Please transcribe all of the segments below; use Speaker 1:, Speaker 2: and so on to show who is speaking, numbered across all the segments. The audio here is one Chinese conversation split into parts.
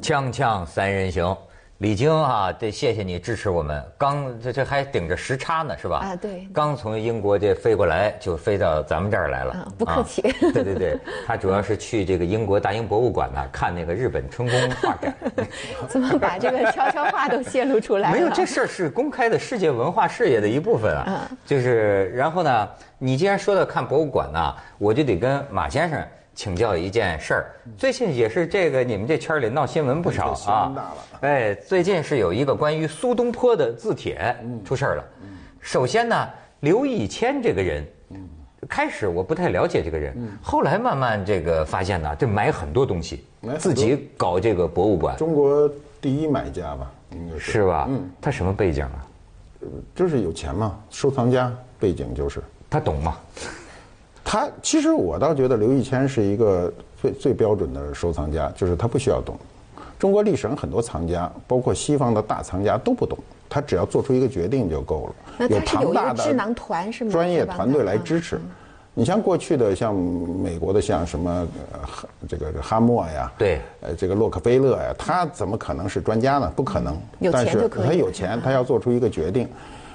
Speaker 1: 锵锵三人行，李菁啊，得谢谢你支持我们。刚这这还顶着时差呢，是吧？
Speaker 2: 啊对
Speaker 1: 刚从英国这飞过来，就飞到咱们这儿来了。
Speaker 2: 啊不客气
Speaker 1: 啊对对对，他主要是去这个英国大英博物馆呢，看那个日本春宫画展。
Speaker 2: 怎么把这个悄悄话都泄露出来了？
Speaker 1: 没有这事儿是公开的世界文化事业的一部分啊。就是然后呢，你既然说到看博物馆呢、我就得跟马先生请教一件事儿。最近也是这个你们这圈儿里闹新闻不少
Speaker 3: 这嗯新闻大
Speaker 1: 啊
Speaker 3: 了。
Speaker 1: 哎，最近是有一个关于苏东坡的字帖
Speaker 3: 嗯
Speaker 1: 出事儿了。首先呢，刘以谦这个人。
Speaker 3: 嗯
Speaker 1: 开始我不太了解这个人，后来慢慢这个发现呢，这买很多东西
Speaker 3: 买，很
Speaker 1: 自己搞这个博物馆，
Speaker 3: 中国第一买家吧，应该是，
Speaker 1: 是吧？他什么背景啊？
Speaker 3: 就是有钱嘛，收藏家背景就是。
Speaker 1: 他懂吗？
Speaker 3: 他其实我倒觉得刘义谦是一个最最标准的收藏家，就是他不需要懂。中国历史上很多藏家，包括西方的大藏家都不懂，他只要做出一个决定就够了。
Speaker 2: 那他是有
Speaker 3: 庞
Speaker 2: 一个
Speaker 3: 大的
Speaker 2: 智囊团是吗
Speaker 3: 专业
Speaker 2: 是吧
Speaker 3: 团队来支持。你像过去的像美国的像什么呃哈这个哈默呀，
Speaker 1: 对
Speaker 3: 呃这个洛克菲勒呀，他怎么可能是专家呢？不可能。
Speaker 2: 有钱
Speaker 3: 但
Speaker 2: 就是可以
Speaker 3: 他有钱，他要做出一个决定。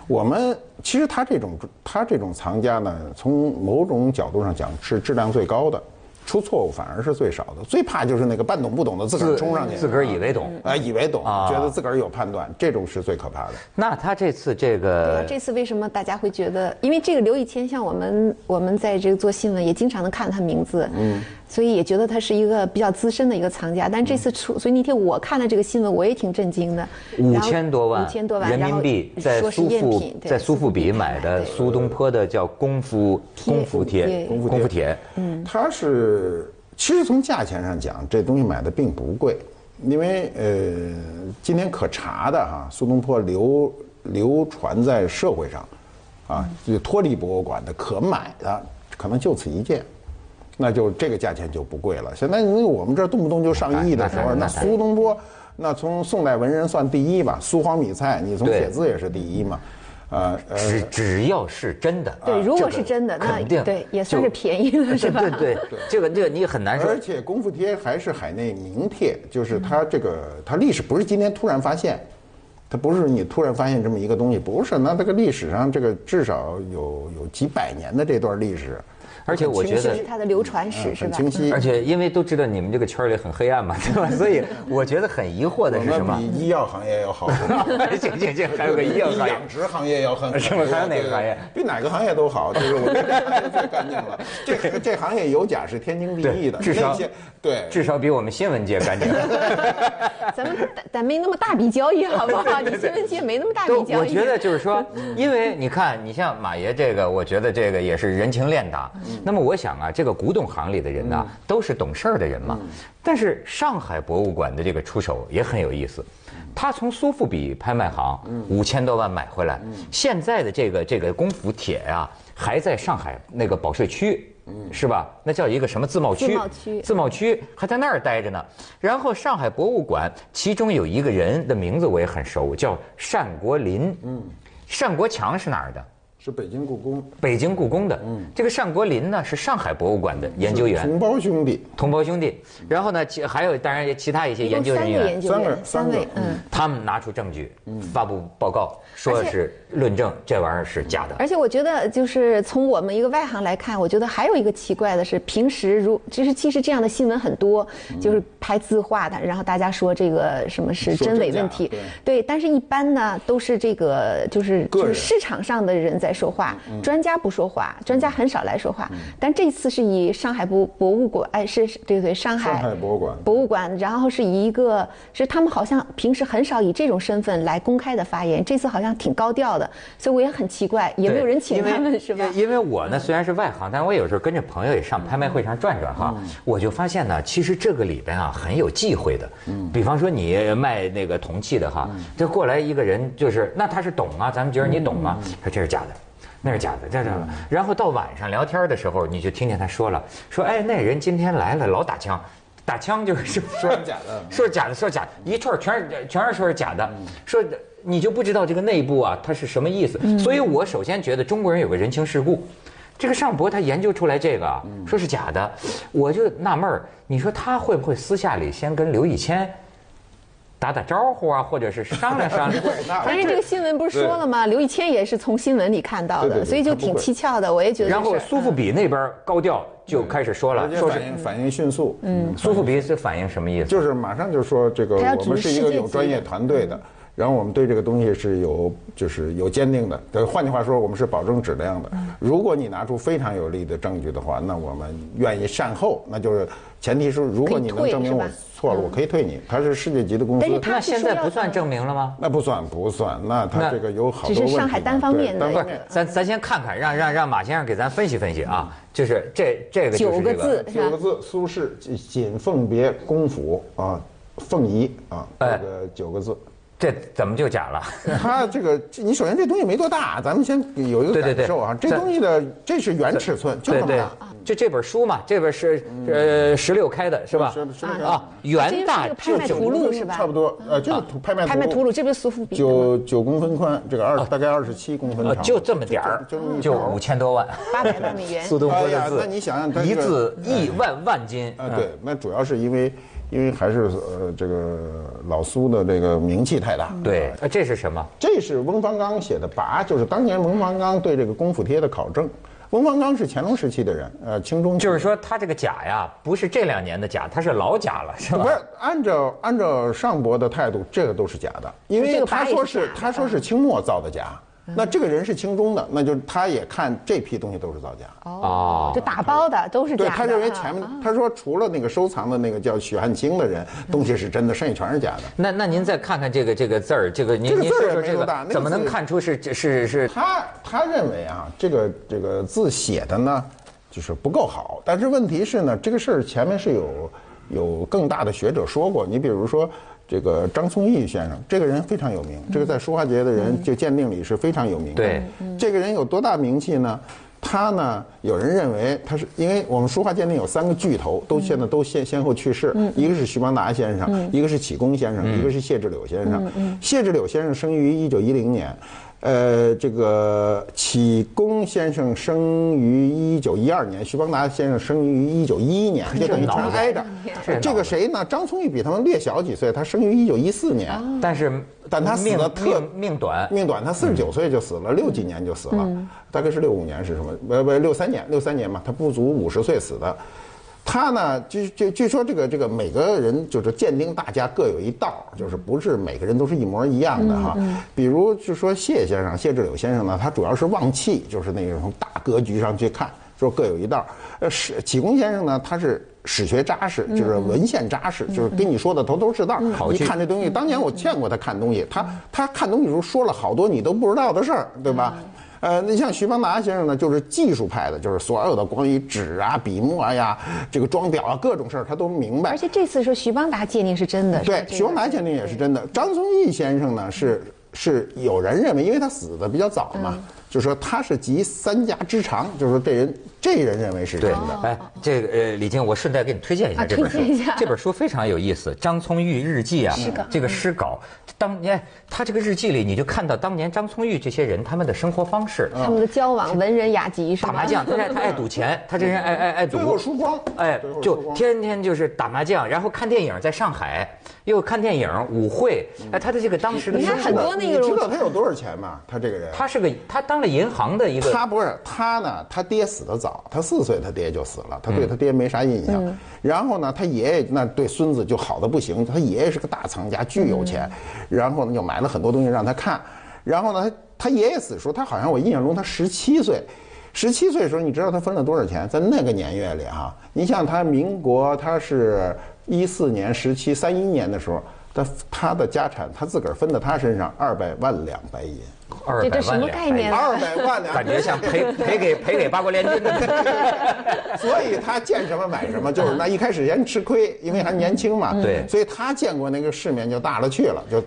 Speaker 3: 我们其实他这种他这种藏家呢，从某种角度上讲是质量最高的，出错误反而是最少的。最怕就是那个半懂不懂的自个儿冲上去，
Speaker 1: 自个儿以为
Speaker 2: 嗯
Speaker 1: 懂。
Speaker 3: 啊、以为懂，
Speaker 1: 啊
Speaker 3: 觉得自个儿有判断，这种是最可怕的。
Speaker 1: 那他这次这
Speaker 2: 对啊
Speaker 1: 个
Speaker 2: 这次为什么大家会觉得？因为这个刘以谦，像我们我们在这个做新闻也经常能看他名字，嗯，所以也觉得他是一个比较资深的一个藏家。但这次出，所以那天我看了这个新闻，我也挺震惊的。
Speaker 1: 嗯五千多万
Speaker 2: 五千多万
Speaker 1: 人民币，
Speaker 2: 然后
Speaker 1: 在
Speaker 2: 说是
Speaker 1: 苏
Speaker 2: 赝
Speaker 1: 富
Speaker 2: 品，对
Speaker 1: 在苏富比买的
Speaker 2: 对
Speaker 1: 苏东坡的叫《功夫
Speaker 2: 贴
Speaker 1: 功夫帖》
Speaker 2: 对
Speaker 1: 功
Speaker 2: 功
Speaker 1: 夫嗯
Speaker 3: 夫
Speaker 1: 帖
Speaker 3: 帖
Speaker 1: 功夫帖，
Speaker 3: 它是其实从价钱上讲，这东西买的并不贵，因为呃，今天可查的哈、苏东坡流流传在社会上，啊，
Speaker 1: 嗯
Speaker 3: 就脱离博物馆的可买的可能就此一件。那就这个价钱就不贵了。现在那我们这儿动不动就上亿的时
Speaker 1: 那当
Speaker 3: 候，
Speaker 1: 然
Speaker 3: 那
Speaker 1: 那当然
Speaker 3: 苏东坡，那从宋代文人算第一吧，苏黄米蔡，你从
Speaker 1: 对
Speaker 3: 写字也是第一嘛，呃呃，
Speaker 1: 只只要是真的，
Speaker 2: 嗯对，
Speaker 1: 啊
Speaker 2: 如果
Speaker 1: 这
Speaker 2: 是
Speaker 1: 个
Speaker 2: 真的，那
Speaker 1: 肯定
Speaker 2: 对也算是
Speaker 1: 就
Speaker 2: 便宜了，是吧？
Speaker 1: 对对对，这个这个你很难说
Speaker 3: 而。且功夫贴还是海内名帖，
Speaker 2: 嗯
Speaker 3: 就是它这个它历史不是今天突然发现，它不是你突然发现这么一个东西，不是。那这个历史上这个至少有有几百年的这段历史，
Speaker 1: 而且我觉
Speaker 2: 这
Speaker 1: 得
Speaker 2: 是他的流传史，
Speaker 3: 嗯
Speaker 2: 是
Speaker 3: 很
Speaker 2: 吧？
Speaker 3: 清晰。
Speaker 1: 而且因为都知道你们这个圈儿里很黑暗嘛，对吧？所以我觉得很疑惑的
Speaker 3: 我
Speaker 1: 是什么
Speaker 3: 们？比医药行业要好，
Speaker 1: 这这这 还有个医药行业
Speaker 3: 养殖行业 要很
Speaker 1: 是吗还有哪个行业？
Speaker 3: 比哪个行业都好，就是我觉 得这个行业最干净了。这个这行业有假是天经地义的，
Speaker 1: 对至少
Speaker 3: 那些对
Speaker 1: 至少比我们新闻界干净。
Speaker 2: 咱们咱咱没那么大笔交易，好不 好？你新闻界没那么大笔
Speaker 1: 都
Speaker 2: 交易。
Speaker 1: 我觉得就是说，因为你看，你像马爷这个，我觉得这个也是人情练达。那么我想啊，这个古董行里的人呢、都是懂事儿的人嘛。但是上海博物馆的这个出手也很有意思，他从苏富比拍卖行五千多万买回来，现在的这个这个功夫帖啊，还在上海那个保税区。是吧？那叫一个什么自贸区？
Speaker 2: 自贸区
Speaker 1: 自贸区还在那儿待着呢。然后上海博物馆，其中有一个人的名字我也很熟，叫单国林。嗯，单国强是哪儿的？
Speaker 3: 是北京故宫
Speaker 1: 北京故宫的。嗯，这个单国林呢是上海博物馆的研究
Speaker 2: 嗯
Speaker 1: 员，
Speaker 3: 同胞兄弟。
Speaker 1: 同胞兄弟。然后呢，其还有当然也其他一些
Speaker 2: 一共
Speaker 1: 研究人
Speaker 2: 三个研嗯
Speaker 1: 员，
Speaker 2: 究
Speaker 3: 三
Speaker 2: 员
Speaker 3: 个，
Speaker 2: 三
Speaker 3: 三个
Speaker 2: 位，嗯。
Speaker 1: 他们拿出证据，发布报告，说是论证这玩意儿是假的。
Speaker 2: 而且我觉得，就是从我们一个外行来看，我觉得还有一个奇怪的是，平时如就是其实这样的新闻很多，
Speaker 3: 嗯
Speaker 2: 就是拍字画的，然后大家说这个什么是
Speaker 3: 说
Speaker 2: 真伪
Speaker 3: 真假
Speaker 2: 问题
Speaker 3: 对，
Speaker 2: 对，但是一般呢都是这个就是
Speaker 3: 个
Speaker 2: 就是
Speaker 3: 人嗯
Speaker 2: 市场上的人在说话，专家不说话，专家很少来说话，但这次是以上海博博物馆，哎，是是对对，上海
Speaker 3: 上海博物馆
Speaker 2: 博物馆，然后是以一个是他们好像平时很少以这种身份来公开的发言，这次好像挺高调的，所以我也很奇怪，也没有
Speaker 1: 对
Speaker 2: 人请
Speaker 1: 因为
Speaker 2: 他们是吧？嗯
Speaker 1: 因因为我呢虽然是外行，但我有时候跟着朋友也上拍卖会上转转哈，
Speaker 2: 嗯
Speaker 1: 我就发现呢，其实这个里边啊很有忌讳的。
Speaker 2: 嗯
Speaker 1: 比方说你卖那个铜器的哈，这过来一个人就是，那他是懂啊，咱们觉得你懂
Speaker 2: 嗯
Speaker 1: 啊，他说这是假的。那是假的，这是假的。然后到晚上聊天的时候，你就听见他说了，说哎，那人今天来了，老打枪，打枪就是
Speaker 3: 说是假的
Speaker 1: 说是假的，说是假的，一串儿全是全是说是假的，
Speaker 3: 嗯
Speaker 1: 说你就不知道这个内部啊，它是什么意思。
Speaker 3: 嗯
Speaker 1: 所以我首先觉得中国人有个人情世故，这个尚博他研究出来这个啊，
Speaker 3: 嗯
Speaker 1: 说是假的，我就纳闷儿，你说他会不会私下里先跟刘以谦打打招呼啊，或者是商量 商量。
Speaker 2: 但是这个新闻不是说了吗？刘一谦也是从新闻里看到的，
Speaker 3: 对对对
Speaker 2: 所以就
Speaker 3: 他不
Speaker 2: 挺
Speaker 3: 会
Speaker 2: 蹊跷的。我也觉得是。
Speaker 1: 然后苏富比那边高调就开始说了，
Speaker 3: 而且
Speaker 1: 说是
Speaker 3: 嗯反应反应迅速，嗯，
Speaker 1: 苏富比是反映什么意思？
Speaker 3: 就是马上就说这个
Speaker 2: 他要
Speaker 3: 我
Speaker 2: 指
Speaker 3: 们是一个
Speaker 2: 世界
Speaker 3: 有
Speaker 2: 级
Speaker 3: 专业
Speaker 2: 的嗯
Speaker 3: 团队的，然后我们对这个东西是有就是有坚定的，对，换句话说，我们是保证质量的。
Speaker 2: 嗯
Speaker 3: 如果你拿出非常有力的证据的话，那我们愿意善后，那就是前提是如
Speaker 2: 可
Speaker 3: 果
Speaker 2: 以
Speaker 3: 你能
Speaker 2: 退
Speaker 3: 证明
Speaker 2: 是
Speaker 3: 我
Speaker 2: 吧嗯
Speaker 3: 错了，我可以退你。他是世界级的公司
Speaker 2: 但是，他
Speaker 1: 那现在不算
Speaker 2: 是说要
Speaker 1: 证明了吗？
Speaker 3: 那不算不算，那
Speaker 1: 那
Speaker 3: 他这个有好
Speaker 2: 只是
Speaker 3: 多问题
Speaker 2: 上
Speaker 3: 嘛。
Speaker 2: 海单方
Speaker 3: 对
Speaker 2: 面的
Speaker 3: 单
Speaker 2: 一
Speaker 1: 不
Speaker 3: 方
Speaker 1: 是
Speaker 2: 个，
Speaker 1: 咱咱先看看，让让让马先生给咱分析分析
Speaker 3: 嗯
Speaker 1: 啊。就是这这个就是
Speaker 2: 九个
Speaker 1: 这
Speaker 2: 字是
Speaker 3: 九
Speaker 2: 吧
Speaker 3: 个？字，苏轼锦锦凤别公府啊，凤仪啊，这
Speaker 1: 哎
Speaker 3: 个九个字。
Speaker 1: 这怎么就假 了？
Speaker 3: 它这个，这你首先这东西没多大，咱们先有一
Speaker 1: 对对
Speaker 3: 个
Speaker 1: 对
Speaker 3: 感受啊，
Speaker 1: 在
Speaker 3: 这东西的这是原尺寸，就
Speaker 1: 对
Speaker 3: 这么
Speaker 1: 对
Speaker 3: 大，，
Speaker 2: 嗯
Speaker 1: 就这本书嘛，这本是
Speaker 3: 嗯
Speaker 1: 呃十六开的是吧
Speaker 3: 是？是是
Speaker 1: 啊，原大
Speaker 2: 这
Speaker 1: 至
Speaker 2: 个是一个拍卖
Speaker 1: 九
Speaker 2: 图
Speaker 3: 九公分
Speaker 2: 是吧
Speaker 3: 差不多，呃，
Speaker 1: 啊
Speaker 3: 就是图拍卖
Speaker 2: 拍卖图录，这不是苏富比的吗？
Speaker 3: 九九公分宽，这个二大概二十七公分
Speaker 1: 呃啊
Speaker 3: 长，
Speaker 1: 就这么点儿
Speaker 3: 就就这么，一
Speaker 1: 就
Speaker 3: 条
Speaker 1: 五千多万。
Speaker 2: 八百万美元。
Speaker 1: 苏东坡
Speaker 3: 哎
Speaker 1: 的
Speaker 3: 呀
Speaker 1: 字，
Speaker 3: 那你想想他这
Speaker 1: 一
Speaker 3: 个嗯
Speaker 1: 字亿万万嗯金。
Speaker 3: 啊，对，那主要是因为因为还是呃这个老苏的这个名气太大，
Speaker 1: 对，呃这是什么？
Speaker 3: 这是翁方刚写的跋，就是当年翁方刚对这个功夫帖的考证。翁方刚是乾隆时期的人，呃，清中期
Speaker 1: 就是说他这个假呀，不是这两年的假，他是老假了，是吧
Speaker 3: 不？是按照按照上博的态度，这个都是假的，因
Speaker 2: 这
Speaker 3: 为
Speaker 2: 个
Speaker 3: 他
Speaker 2: 牌也
Speaker 3: 说
Speaker 2: 是假的嗯
Speaker 3: 他说是清末造的假，那这个人是清中的，那就是他也看这批东西都是造假。
Speaker 1: 哦
Speaker 2: 就打包的都是假
Speaker 3: 对
Speaker 2: 的。啊
Speaker 3: 他认为
Speaker 2: 哈
Speaker 3: 前面他说除了那个收藏的那个叫许汉清的人，
Speaker 2: 嗯
Speaker 3: 东西是真的，剩下全是假的。
Speaker 1: 那那您再看看这个这个字儿，这个您
Speaker 3: 这个
Speaker 1: 您
Speaker 3: 字儿
Speaker 1: 说
Speaker 3: 也
Speaker 1: 说
Speaker 3: 没
Speaker 1: 这
Speaker 3: 多大那
Speaker 1: 个
Speaker 3: 个
Speaker 1: 怎么能
Speaker 3: 字
Speaker 1: 看出是是是
Speaker 3: 他他认为啊，这个这个字写的呢，就是不够好。但是问题是呢，这个事儿前面是有有更大的学者说过。你比如说这个张松义先生，这个人非常有名，这个在书画界的人就鉴定里是非常有名的。
Speaker 1: 嗯对，
Speaker 3: 这个人有多大名气呢？他呢？有人认为他是因为我们书画鉴定有三个巨头，都现在都先先后去世，一个是徐邦达先生，一个是启功先生，
Speaker 1: 嗯
Speaker 3: 一个是谢志柳先生。谢志柳先生生于一九一零年，呃，这个启功先生生于一九一二年，徐邦达先生生于一九一一年，就等于全
Speaker 1: 脑子
Speaker 3: 挨着
Speaker 1: 这脑。
Speaker 3: 这
Speaker 1: 子
Speaker 3: 个谁呢？张聪玉比他们略小几岁，他生于一九一四年。
Speaker 1: 但是，
Speaker 3: 但他死
Speaker 1: 命
Speaker 3: 得特
Speaker 1: 命命短，
Speaker 3: 命短，他四十九岁就死了，六几年就死了，大概是六五年是什么？不不，六三年，六三年嘛，他不足五十岁死的。他呢，据据据说这个这个每个人就是鉴定大家各有一道，就是不是每个人都是一模一样的哈。比如就说谢先生、谢志柳先生呢，他主要是望气，就是那种大格局上去看，说各有一道。呃，史启功先生呢，他是史学扎实，就是文献扎实，就是跟你说的头头是道。
Speaker 1: 好
Speaker 3: 你
Speaker 1: 去
Speaker 3: 看这东西，当年我见过他看东西，他他看东西时候说了好多你都不知道的事儿，对吧？
Speaker 2: 嗯
Speaker 3: 呃，那像徐邦达先生呢，就是技术派的，就是所有的关于纸啊、笔墨呀、这个装裱啊各种事儿，他都明白
Speaker 2: 而。且这次说徐邦达鉴定是真的，是吧
Speaker 3: 对，徐邦达鉴定也是真的。张宗义先生呢，是是有人认为，因为他死的比较早
Speaker 2: 嗯
Speaker 3: 嘛，就说他是集三家之长，就是说这人这人认为是真
Speaker 1: 对
Speaker 3: 的。，
Speaker 1: 哎，这个呃，李静，我顺带给你推荐一下
Speaker 2: 哦啊
Speaker 1: 这本书
Speaker 2: 推荐一下。嗯
Speaker 1: 这本书非常有意思，《张聪玉日记》啊，这个诗稿，当年他这个日记里，你就看到当年张聪玉这些人他们的生活方式，
Speaker 2: 他们的交往，文人雅集是吧？
Speaker 1: 打麻将，他爱他爱赌钱，他这人爱爱爱赌，
Speaker 3: 最后输光，
Speaker 1: 哎
Speaker 3: 最后，输
Speaker 1: 就
Speaker 3: 光
Speaker 1: 天天就是打麻将，然后看电影，在上海又看电影舞会，
Speaker 3: 嗯
Speaker 1: 哎，他的这个当时的
Speaker 2: 你看
Speaker 1: 生
Speaker 2: 很
Speaker 1: 活，
Speaker 2: 多那
Speaker 3: 你
Speaker 2: 个
Speaker 3: 知道他有多少钱吗？他这个人，
Speaker 1: 他是个他当了银行的一个，
Speaker 3: 他不是他呢，他爹死得早，他四岁他爹就死了，他对他爹没啥印象。然后呢，他爷爷那对孙子就好的不行，他爷爷是个大藏家，巨有钱，然后呢就买了很多东西让他看。然后呢，他他爷爷死的时候，他好像我印象中他十七岁。十七岁的时候，你知道他分了多少钱？在那个年月里哈、你像他民国，他是一四年、十七、三一年的时候，他他的家产他自个儿分到他身上二百万两白银，
Speaker 1: 二
Speaker 2: 这
Speaker 1: 百
Speaker 2: 这什
Speaker 1: 万
Speaker 2: 么
Speaker 1: 两
Speaker 2: 概
Speaker 1: 白
Speaker 2: 念
Speaker 1: 银
Speaker 2: 呢
Speaker 3: 二百万两白
Speaker 1: 感
Speaker 3: 银，
Speaker 1: 觉像 赔赔给赔给八国联军的。
Speaker 3: 所以他见什么买什么，就是那一开始先吃亏，因为还年轻嘛。
Speaker 1: 对
Speaker 3: 所以他见过那个世面就大了去了。就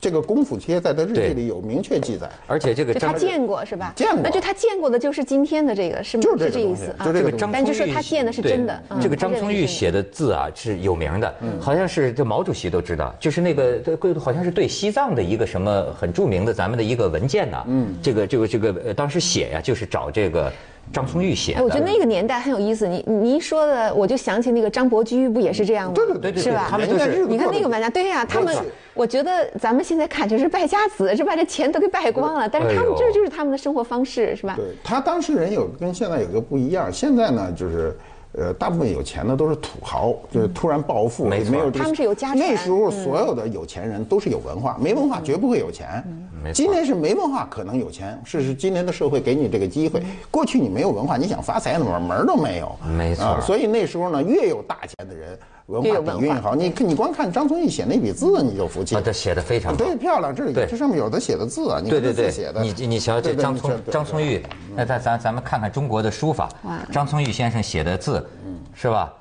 Speaker 3: 这个功夫贴在他日
Speaker 1: 对
Speaker 3: 记里有明确记载，
Speaker 1: 而且这个
Speaker 2: 就他
Speaker 1: 张
Speaker 2: 见过是吧？
Speaker 3: 见过
Speaker 2: 那就他见过的就是今天的这个是吗？
Speaker 3: 就是这
Speaker 2: 是
Speaker 3: 个
Speaker 2: 这意
Speaker 3: 东西
Speaker 2: 思，啊。
Speaker 3: 就这个东
Speaker 1: 张
Speaker 3: 西。
Speaker 2: 但就
Speaker 1: 聪
Speaker 2: 说
Speaker 1: 玉
Speaker 2: 他见的是
Speaker 1: 对
Speaker 2: 真的嗯
Speaker 1: 这个
Speaker 2: 他
Speaker 1: 张
Speaker 2: 认为
Speaker 1: 聪
Speaker 2: 是
Speaker 1: 玉
Speaker 2: 真的嗯
Speaker 1: 写的字啊是有名的，好像是这毛主席都知道，就是那个对好像是对西藏的一个什么很著名的咱们的一个文件呐、嗯，这个这个这个呃当时写呀、就是找这个张松玉写的。
Speaker 2: 哎，我觉得那个年代很有意思。你你一说的，我就想起那个张伯驹，不也是这样吗？
Speaker 3: 对对
Speaker 1: 对对
Speaker 2: 是吧？
Speaker 1: 他们就是
Speaker 2: 你看那个玩家，对呀、他们
Speaker 3: 我去，
Speaker 2: 我觉得咱们现在看这是败家子，是把这钱都给败光了，但是他
Speaker 1: 哎
Speaker 2: 们
Speaker 1: 呦
Speaker 2: 这就是他们的生活方式， 是吧？
Speaker 3: 对他当时人有跟现在有个不一样，现在呢就是，呃，大部分有钱的都是土豪，就是突然暴富，
Speaker 1: 没错
Speaker 3: 有这个
Speaker 2: 他们是有家产嗯
Speaker 3: 那时候所有的有钱人都是有文化，没文化绝不会有钱。
Speaker 1: 没错
Speaker 3: 今天是没文化可能有钱，是是今天的社会给你这个机
Speaker 1: 嗯
Speaker 3: 会。过去你没有文化，你想发财怎么门儿都没有。
Speaker 1: 没错
Speaker 3: 啊所以那时候呢，越有大钱的人，文
Speaker 2: 越有
Speaker 3: 化
Speaker 2: 文
Speaker 3: 底蕴
Speaker 2: 化
Speaker 3: 好。你你光看张宗义写那笔字，你就服气
Speaker 1: 啊，。他写的非常好。
Speaker 3: 对，漂亮，这里
Speaker 1: 对
Speaker 3: 这上面有的写的字啊，你
Speaker 1: 对
Speaker 3: 看
Speaker 1: 对
Speaker 3: 这字
Speaker 1: 对
Speaker 3: 写，的，
Speaker 1: 你你瞧
Speaker 3: 对
Speaker 1: 这
Speaker 3: 对
Speaker 1: 张
Speaker 3: 你
Speaker 1: 松
Speaker 3: 这
Speaker 1: 张松玉，那咱咱咱们看看中国的书法
Speaker 2: 哇，
Speaker 1: 张松玉先生写的字，
Speaker 3: 嗯
Speaker 1: 是吧？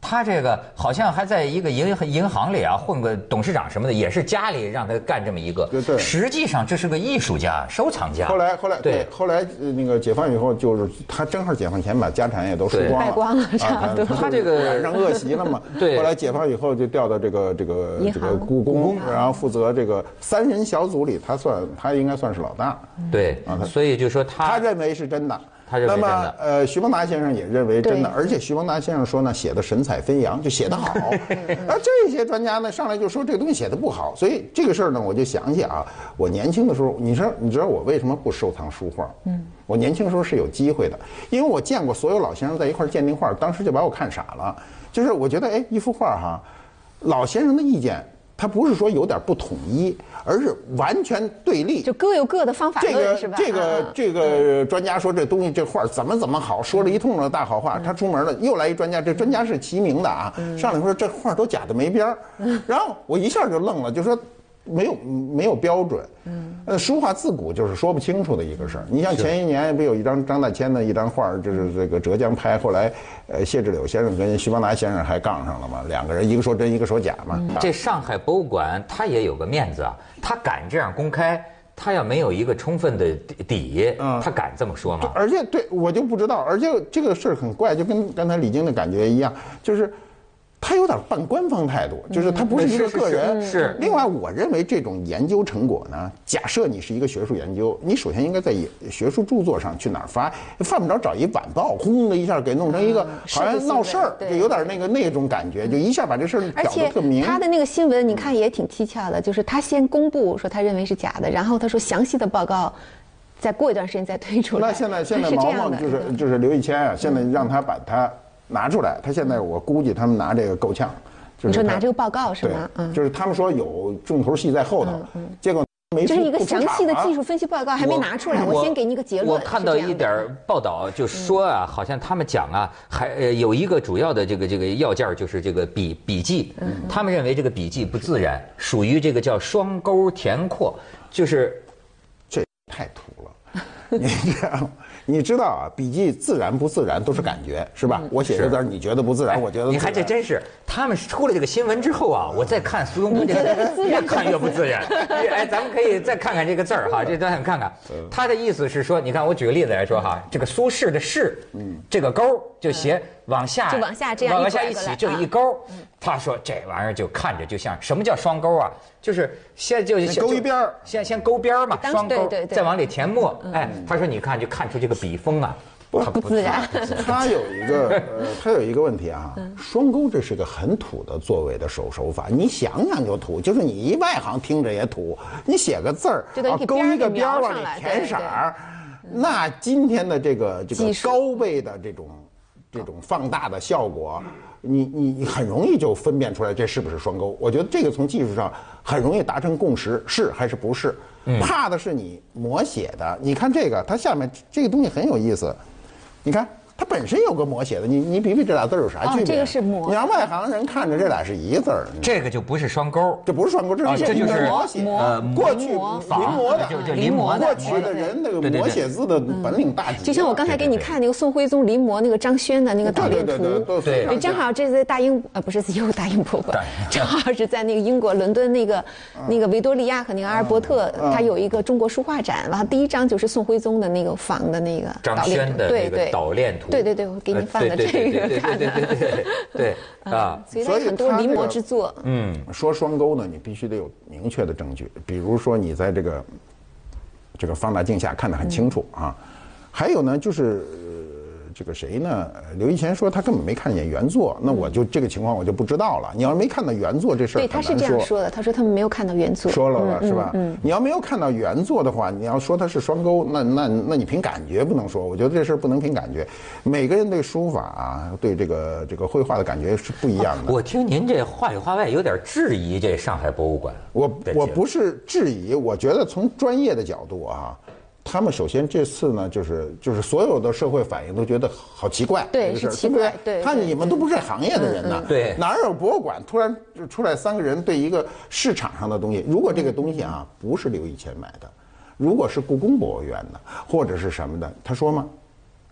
Speaker 1: 他这个好像还在一个银银行里啊混个董事长什么的，也是家里让他干这么一个。
Speaker 3: 对对
Speaker 1: 实际上这是个艺术家、收藏家。
Speaker 3: 后来，后来，
Speaker 1: 对
Speaker 3: 后来呃那个解放以后，就是他正好解放前把家产也都输
Speaker 1: 对
Speaker 3: 光了，
Speaker 2: 败光了
Speaker 3: 啊
Speaker 2: 差不多
Speaker 3: 他
Speaker 1: 他这个。
Speaker 3: 染上恶习了嘛
Speaker 1: 对
Speaker 3: 后来解放以后就调到这个这个
Speaker 2: 银行嗯
Speaker 3: 这个故宫，然后负责这个三人小组里，他算他应该算是老大，
Speaker 1: 对，所以就说
Speaker 3: 啊他
Speaker 1: 他
Speaker 3: 认为是真的。
Speaker 1: 他认为
Speaker 3: 那
Speaker 1: 真
Speaker 3: 么
Speaker 1: 的，
Speaker 3: 呃，徐邦达先生也认为真的，
Speaker 2: 对
Speaker 3: 而且徐邦达先生说呢，写的神采飞扬，就写得好。 而这些专家呢，上来就说这个东西写的不好，所以这个事儿呢，我就想起啊，我年轻的时候，你说你知道我为什么不收藏书画？嗯，我年轻时候是有机会的，因为我见过所有老先生在一块儿鉴定画，当时就把我看傻了。就是我觉得，哎，一幅画哈，老先生的意见，他不是说有点不统一，而是完全对立。
Speaker 2: 就各有各的方法
Speaker 3: 这
Speaker 2: 论，
Speaker 3: 个
Speaker 2: 是吧？
Speaker 3: 这
Speaker 2: 啊
Speaker 3: 个
Speaker 2: 啊
Speaker 3: 这个专家说这东西这画怎么怎么好，说了一通的大好
Speaker 2: 嗯
Speaker 3: 话。他出门了，又来一专家，这专家是齐名的啊。上来说这画都假的没边儿，
Speaker 2: 嗯
Speaker 3: 然后我一下就愣了，就说没有没有标准。
Speaker 2: 嗯
Speaker 3: 呃，书画自古就是说不清楚的一个事儿。你像前一年不有一张张大千的一张画儿，就是这个浙江拍，后来呃谢志柳先生跟徐邦达先生还杠上了嘛，两个人一个说真一个说假嘛。
Speaker 2: 嗯
Speaker 3: 啊
Speaker 1: 这上海博物馆他也有个面子啊，他敢这样公开，他要没有一个充分的底底，
Speaker 3: 嗯
Speaker 1: 他敢这么说吗？
Speaker 3: 而且对我就不知道，而且这个事儿很怪，就跟刚才李晶的感觉一样，就是他有点半官方态度，就是
Speaker 2: 嗯
Speaker 3: 他不是一个个人。
Speaker 1: 是是是是
Speaker 3: 另外，我认为这种研究成果呢，假设你是一个学术研究，你首先应该在也学术著作上去哪儿发，犯不着找一晚报，轰的一下给弄成一
Speaker 2: 嗯
Speaker 3: 个好
Speaker 2: 社会
Speaker 3: 像
Speaker 2: 新
Speaker 3: 闹
Speaker 2: 闻
Speaker 3: 事儿，
Speaker 2: 对
Speaker 3: 就有点那个那种感觉，就一下把这事儿
Speaker 2: 而
Speaker 3: 搞
Speaker 2: 且
Speaker 3: 得特明。
Speaker 2: 他的那个新闻，你看也挺蹊跷的，就是他先公布说他认为是假的，然后他说详细的报告，再过一段时间再推出来。啊
Speaker 3: 那现在现在
Speaker 2: 是这
Speaker 3: 毛
Speaker 2: 样
Speaker 3: 毛
Speaker 2: 的嗯
Speaker 3: 就是就是刘一谦啊，现在让他把他拿出来，他现在我估计他们拿这个够呛。就是
Speaker 2: 你说
Speaker 3: 他
Speaker 2: 拿这个报告是
Speaker 3: 对
Speaker 2: 吗？，嗯，
Speaker 3: 就是他们说有重头戏在后头，结果没
Speaker 2: 就是一个
Speaker 3: 不出
Speaker 2: 详细的
Speaker 3: 场啊
Speaker 2: 技术分析报告还没拿出来，我先给你个结论。
Speaker 1: 我看到
Speaker 2: 是这样
Speaker 1: 一
Speaker 2: 的啊嗯
Speaker 1: 点儿报道，就说啊，好像他们讲啊，还呃有一个主要的这个这个要件儿就是这个笔笔迹，
Speaker 2: 嗯
Speaker 1: 他们认为这个笔迹不自然，属于这个叫双钩填扩，就是
Speaker 3: 这太土了。 你知道，你知道啊，笔记自然不自然都是感觉，是
Speaker 2: 嗯
Speaker 3: 吧？我写这字儿，你觉得不自哎然，我觉得
Speaker 1: 你
Speaker 3: 自
Speaker 1: 还这
Speaker 3: 然
Speaker 1: 真是，他们出了这个新闻之后啊，我再看苏东坡这个，
Speaker 3: 嗯
Speaker 1: 越看越不自然。越哎，咱们可以再看看这个字儿
Speaker 3: 嗯
Speaker 1: 哈，这咱想看看，他的意思是说，你看我举个例子来说哈，这个苏轼的轼，
Speaker 3: 嗯
Speaker 1: 这个勾儿就斜往下，
Speaker 2: 就往下这样
Speaker 1: 往
Speaker 2: 一
Speaker 1: 下
Speaker 2: 拐
Speaker 1: 一
Speaker 2: 过
Speaker 1: 起
Speaker 2: 来
Speaker 1: 就
Speaker 2: 啊
Speaker 1: 一勾儿。他说这玩意儿就看着就像什么叫双勾啊？就是先就
Speaker 3: 那勾一边儿
Speaker 1: 先先勾边儿嘛，
Speaker 2: 当时
Speaker 1: 双勾
Speaker 2: 对对，对嗯
Speaker 1: 再往里填墨。哎，他说你看就看出这个笔锋啊，
Speaker 3: 嗯
Speaker 1: 它
Speaker 2: 不自然。
Speaker 1: 啊
Speaker 3: 他有 一个，呃，他有一个问题啊，
Speaker 2: 嗯
Speaker 3: 双钩这是个很土的作为的手手法，你想想就土，就是你一外行听着也土，你写个字儿
Speaker 2: 就等于
Speaker 3: 啊
Speaker 2: 给
Speaker 3: 勾
Speaker 2: 边儿
Speaker 3: 一个
Speaker 2: 给
Speaker 3: 边儿
Speaker 2: 描
Speaker 3: 往
Speaker 2: 上
Speaker 3: 里
Speaker 2: 来对
Speaker 3: 填色
Speaker 2: 对
Speaker 3: 儿，那今天的这个这
Speaker 2: 技
Speaker 3: 个
Speaker 2: 术
Speaker 3: 高倍的这种这种放大的效果。你你你很容易就分辨出来这是不是双钩，我觉得这个从技术上很容易达成共识，是还是不是？怕的是你摹写的。你看这个，它下面这个东西很有意思，你看，它本身有个摹写的，你你比比这俩字儿有啥
Speaker 2: 哦
Speaker 3: 区别？啊
Speaker 2: 这个是摹
Speaker 3: 你让外行人看着这俩是一个字儿，
Speaker 1: 这个就不是双勾。
Speaker 3: 这不是双钩，这
Speaker 1: 啊
Speaker 3: 是
Speaker 1: 这就是
Speaker 3: 摹写。
Speaker 2: 摹呃
Speaker 3: 过去临
Speaker 2: 摹
Speaker 3: 摹的，
Speaker 1: 就就
Speaker 2: 临摹的
Speaker 3: 过去的人那个
Speaker 1: 对对对
Speaker 3: 摹写字的本领大极了。
Speaker 2: 就像我刚才给你看那个宋徽宗临摹那个张轩的那个导
Speaker 3: 对
Speaker 2: 练
Speaker 3: 对对对
Speaker 2: 图，
Speaker 3: 都非常
Speaker 2: 对，正好这是在大英呃不是又大英博物馆，正好是在那个英国伦敦那个那个维多利亚和那个阿尔伯特，它有一个中国书画展，然后第一张就是宋徽宗的那个仿的那个
Speaker 1: 张
Speaker 2: 导练
Speaker 1: 轩
Speaker 2: 图
Speaker 1: 的
Speaker 2: 对
Speaker 1: 那个
Speaker 2: 对
Speaker 1: 导练图，
Speaker 2: 对对对，我给
Speaker 1: 呃
Speaker 2: 你放的
Speaker 1: 对
Speaker 2: 这
Speaker 1: 对
Speaker 2: 个嗯
Speaker 1: 对
Speaker 2: 看
Speaker 1: 对对
Speaker 2: 的，
Speaker 1: 对对对对啊，
Speaker 2: 所以它
Speaker 3: 所以
Speaker 2: 很多
Speaker 3: 它
Speaker 2: 临
Speaker 3: 这
Speaker 2: 摹
Speaker 3: 个
Speaker 2: 之作，
Speaker 3: 嗯，说双钩呢，你必须得有明确的证据，比如说你
Speaker 2: 嗯
Speaker 3: 在这个这个放大镜下看得很清楚啊。还有呢，就是这个谁呢？刘一贤说他根本没看见原作，那我就这个情况我就不知道了。你要是没看到原作这事儿，
Speaker 2: 对，他是这样说的，他说他们没有看到原作，
Speaker 3: 说了吧，是吧？你要没有看到原作的话，你要说它是双钩，那那那你凭感觉不能说。我觉得这事儿不能凭感觉，每个人对书法、啊、对这个这个绘画的感觉是不一样的。
Speaker 1: 我听您这话里话外有点质疑这上海博物馆。
Speaker 3: 我我不是质疑，我觉得从专业的角度啊，他们首先这次呢，就是就是所有的社会反应都觉得好奇怪，
Speaker 2: 对
Speaker 3: 这个事儿
Speaker 2: 是奇怪
Speaker 3: 对不
Speaker 2: 对
Speaker 3: 他
Speaker 2: 对嗯
Speaker 3: 你们都不是行业的人呐，
Speaker 1: 对
Speaker 3: 哪有博物馆突然就出来三个人对一个市场上的东西？如果这个东西啊不是刘以前买的，如果是故宫博物院的或者是什么的，他说吗？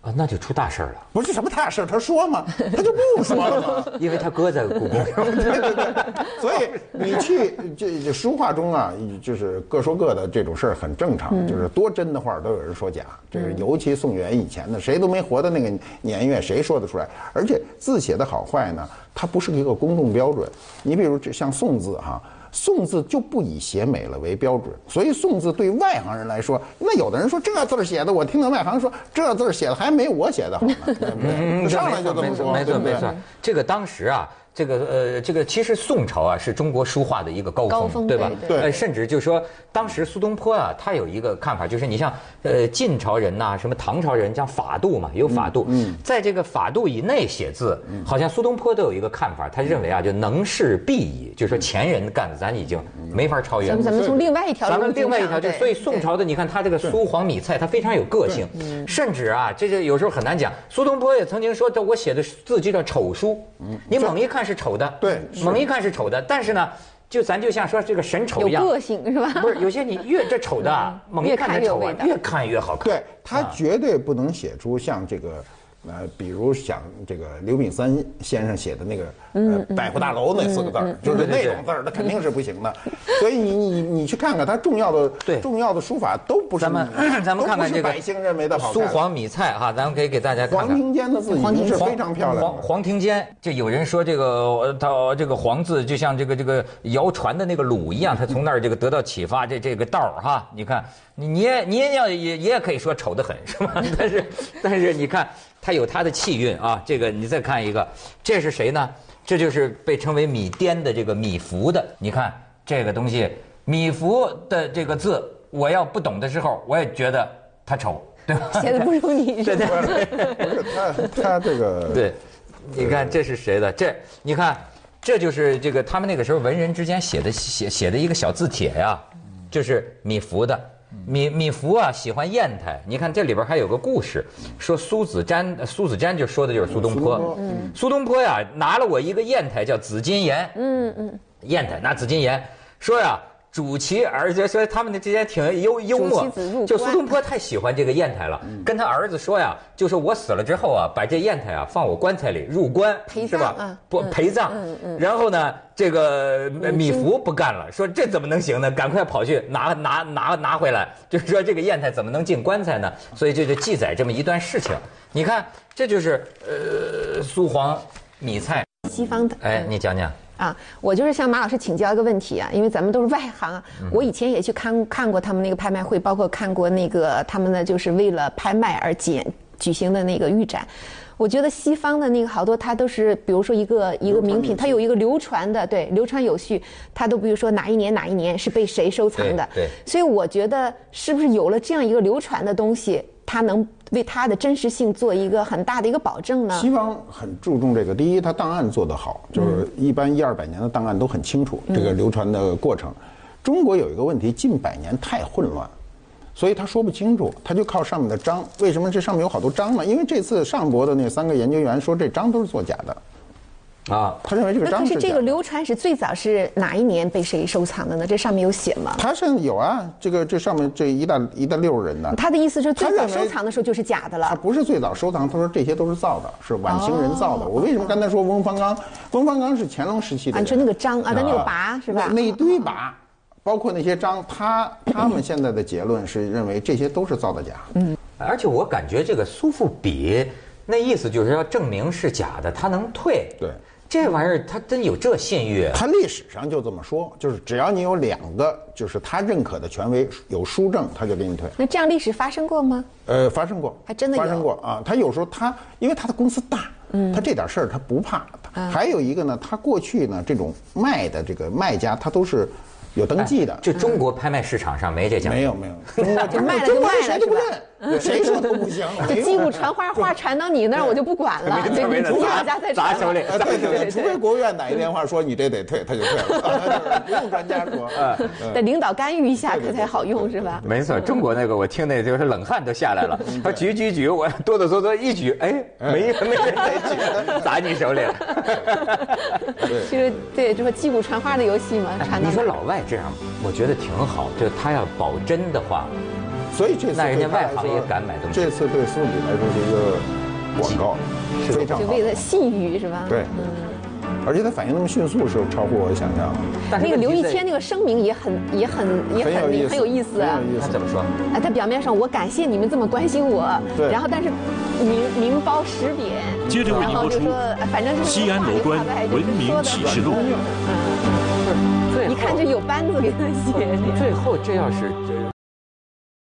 Speaker 1: 啊，那就出大事儿了，
Speaker 3: 不是什么大事儿，他说吗？他就不说了吗？
Speaker 1: 因为他哥在故 宫。
Speaker 3: 对对对， 所以你去这这书画中啊，就是各说各的这种事儿很正常，就是多真的话都有人说假，这是尤其宋元以前的，谁都没活到那个年月，谁说得出来？而且字写的好坏呢，它不是一个公众标准。你比如这像宋字哈、宋字就不以写美了为标准，所以宋字对外行人来说，那有的人说这字儿写的，我听到外行说这字儿写的还没我写的好呢，对不对？上来就这么说，
Speaker 1: 嗯没错
Speaker 3: 对不对
Speaker 1: 没错。这个当时啊，这个呃，这个其实宋朝啊是中国书画的一个高峰，
Speaker 2: 高峰
Speaker 1: 对吧？
Speaker 2: 对
Speaker 3: 对
Speaker 1: 呃，甚至就说当时苏东坡啊，他有一个看法，就是你像呃晋朝人呐、什么唐朝人，像法度嘛，有法度，
Speaker 3: 嗯
Speaker 1: 在这个法度以内写字，好像苏东坡都有一个看法，他认为啊，就能事必矣，就是说前人干的，咱已经没法超越
Speaker 2: 咱
Speaker 1: 了
Speaker 2: 们。咱们从另外一条
Speaker 1: 咱
Speaker 2: 路
Speaker 1: 们
Speaker 2: 进
Speaker 1: 另外一
Speaker 2: 场
Speaker 1: 条就是，
Speaker 2: 对嗯
Speaker 1: 所以宋朝的你看他这个苏黄米蔡，他非常有个性，甚至啊，这就有时候很难讲。苏东坡也曾经说，这我写的字就叫丑书，
Speaker 2: 嗯
Speaker 1: 你猛一看是丑的，
Speaker 3: 对
Speaker 1: 猛一看是丑的，但是呢，就咱就像说这个神丑
Speaker 2: 有
Speaker 1: 一样，
Speaker 2: 个性是吧？
Speaker 1: 不是有些你越这丑的啊，猛一看这丑
Speaker 2: 越看越有味
Speaker 1: 啊，
Speaker 2: 道
Speaker 1: 越看越好看。
Speaker 3: 对他
Speaker 1: 啊
Speaker 3: 绝对不能写出像这个，呃，比如像这个刘炳三先生写的那个
Speaker 1: 嗯
Speaker 3: 呃“百货大楼”那四个字儿，就是那种字儿，那肯定是不行的。所以你你你去看看他重要的
Speaker 1: 对
Speaker 3: 重要的书法都不是
Speaker 1: 咱们 咱们看看这个
Speaker 3: 都不是百姓认为的好
Speaker 1: 苏
Speaker 3: 看。
Speaker 1: 黄米蔡哈，咱们可以给大家看
Speaker 3: 黄
Speaker 1: 看。
Speaker 3: 庭坚的字已经是非常漂亮
Speaker 1: 黄
Speaker 3: 的。
Speaker 1: 黄庭坚，就有人说这个呃他这个黄字就像这个这个谣传的那个鲁一样，他从那儿这个得到启发，这这个道儿哈，你看你你也你也要也也可以说丑得很是吧？但是但是你看他有他的气韵啊，这个你再看一个，这是谁呢？这就是被称为米颠的这个米芾的，你看这个东西，米芾的这个字，我要不懂的时候，我也觉得它丑，对吧？
Speaker 2: 写的不如你是吧？
Speaker 3: 不是他他这个
Speaker 1: 对，你看这是谁的？这你看，这就是这个他们那个时候文人之间写的写写的一个小字帖呀、就是米芾的。米米芾啊，喜欢砚台。你看这里边还有个故事，说苏子瞻，苏子瞻就说的就是苏东
Speaker 3: 苏东
Speaker 1: 坡
Speaker 3: 坡嗯。
Speaker 1: 苏东坡呀，拿了我一个砚台，叫紫金岩。嗯嗯，砚台拿紫金岩，说呀，主其儿子，说他们之间挺幽幽默
Speaker 2: 主其子入。
Speaker 1: 就苏
Speaker 2: 关
Speaker 1: 东坡太喜欢这个砚台了，跟他儿子说呀，就说我死了之后啊，把这砚台啊放我棺材里入棺，
Speaker 2: 陪
Speaker 1: 是
Speaker 2: 葬
Speaker 1: 吧
Speaker 2: 啊？
Speaker 1: 不陪葬。
Speaker 2: 嗯
Speaker 1: 然后呢，这个呃米芾不干了，说这怎么能行呢？赶快跑去拿拿拿拿回来，就是说这个砚台怎么能进棺材呢？所以这就记载这么一段事情。你看，这就是呃苏黄米蔡，
Speaker 2: 西方的，
Speaker 1: 哎，你讲讲，
Speaker 2: 啊，我就是向马老师请教一个问题啊，因为咱们都是外行啊。我以前也去看看过他们那个拍卖会，包括看过那个他们的就是为了拍卖而举举行的那个预展。我觉得西方的那个好多，它都是比如说一个一个名品，它有一个流传的，对，流传有序，它都比如说哪一年哪一年是被谁收藏的，
Speaker 1: 对对
Speaker 2: 所以我觉得是不是有了这样一个流传的东西，它能为它的真实性做一个很大的一个保证呢？
Speaker 3: 西方很注重这个，第一，它档案做得好，
Speaker 2: 嗯
Speaker 3: 就是一般一二百年的档案都很清楚，这个流传的过程。中国有一个问题，近百年太混乱，所以他说不清楚，他就靠上面的章。为什么这上面有好多章呢？因为这次上博的那三个研究员说这章都是作假的，
Speaker 1: 啊，
Speaker 3: 他认为这个
Speaker 2: 那可
Speaker 3: 章是
Speaker 2: 是
Speaker 3: 假
Speaker 2: 这个
Speaker 3: 的。
Speaker 2: 流传史最早是哪一年被谁收藏的呢？这上面有写吗？
Speaker 3: 他是有啊，这个这上面这一大一大溜人呢，
Speaker 2: 他的意思是最
Speaker 3: 他
Speaker 2: 早
Speaker 3: 认为
Speaker 2: 收藏的时候就是假的
Speaker 3: 他
Speaker 2: 了。
Speaker 3: 不是最早收藏，他说这些都是造的，是晚清人造的。
Speaker 2: 哦
Speaker 3: 我为什么刚才说翁方刚？翁方刚是乾隆时期的
Speaker 2: 啊，
Speaker 3: 人。
Speaker 2: 就那个章啊，他那个拔是吧嗯
Speaker 3: 那？那一堆拔，包括那些章，他他们现在的结论是认为这些都是造的假。
Speaker 2: 嗯
Speaker 1: 而且我感觉这个苏富比那意思就是要证明是假的，他能退。
Speaker 3: 对
Speaker 1: 这玩意儿它真有这信誉？啊
Speaker 3: 他历史上就这么说，就是只要你有两个就是他认可的权威有书证，他就给你退。
Speaker 2: 那这样历史发生过吗？
Speaker 3: 呃，发生过，
Speaker 2: 还真的有嗯
Speaker 3: 发生过啊。他有时候他因为他的公司大，他这点事儿他不怕。他还有一个呢，他过去呢这种卖的这个卖家，他都是有登记的。
Speaker 1: 就中国拍卖市场上没这讲究
Speaker 3: 没。有没有，中国中
Speaker 2: 卖 了
Speaker 3: 国
Speaker 2: 就
Speaker 3: 中国
Speaker 2: 卖了
Speaker 3: 谁都不
Speaker 2: 是吧嗯
Speaker 3: 认，谁说都不 行。
Speaker 2: 这
Speaker 3: 没
Speaker 2: 击
Speaker 3: 有
Speaker 2: 鼓传花，话传到你那儿，我就不管了，
Speaker 1: 没
Speaker 2: 就
Speaker 1: 准没
Speaker 2: 你
Speaker 1: 准
Speaker 2: 你
Speaker 1: 砸
Speaker 2: 老家再
Speaker 1: 砸
Speaker 2: 传
Speaker 1: 手里
Speaker 2: 了
Speaker 3: 啊，对对对，除非
Speaker 2: 对。
Speaker 3: 国务院哪一电话说你这得退，他就退了，不用专家说。
Speaker 2: 得领导干预一下，
Speaker 3: 对对
Speaker 2: 可
Speaker 3: 对
Speaker 2: 才好用是吧？
Speaker 1: 没错，中国那个我听那就是冷汗都下来了。
Speaker 3: 嗯
Speaker 1: 他举举举，我哆哆嗦嗦一举，哎，没没人 来举，砸你手里了。
Speaker 2: 就是对，这不击鼓传花的游戏嘛，传到
Speaker 1: 哎你说
Speaker 2: 哪儿
Speaker 1: 老外这样，我觉得挺好。就他要保真的话，
Speaker 3: 所以这次
Speaker 1: 那人家
Speaker 3: 对他来
Speaker 1: 外行
Speaker 3: 说
Speaker 1: 也敢买东西
Speaker 3: 这次对苏比来说是一个广告，非常
Speaker 2: 就
Speaker 3: 好。
Speaker 2: 为了信誉是吧？
Speaker 3: 对，而且他反应那么迅速，是超乎我想象的，
Speaker 1: 但是
Speaker 2: 那个刘
Speaker 1: 问
Speaker 2: 一
Speaker 1: 题在于
Speaker 2: 谦那个声明也很也很也
Speaker 3: 很有意
Speaker 2: 很
Speaker 3: 思，
Speaker 2: 很有意思啊。
Speaker 3: 很有意
Speaker 1: 他
Speaker 3: 思。
Speaker 1: 怎么说？
Speaker 2: 啊，他表面上我感谢你们这么关心我，
Speaker 3: 对
Speaker 2: 然后但是明明褒实贬，
Speaker 4: 接着为
Speaker 2: 然
Speaker 4: 您
Speaker 2: 后
Speaker 4: 播
Speaker 2: 就
Speaker 4: 出
Speaker 2: 说呃反正就是
Speaker 4: 西安楼观文明启示录
Speaker 2: 嗯，
Speaker 1: 最后
Speaker 2: 你看这有班子给他写的。
Speaker 1: 最后这要是。这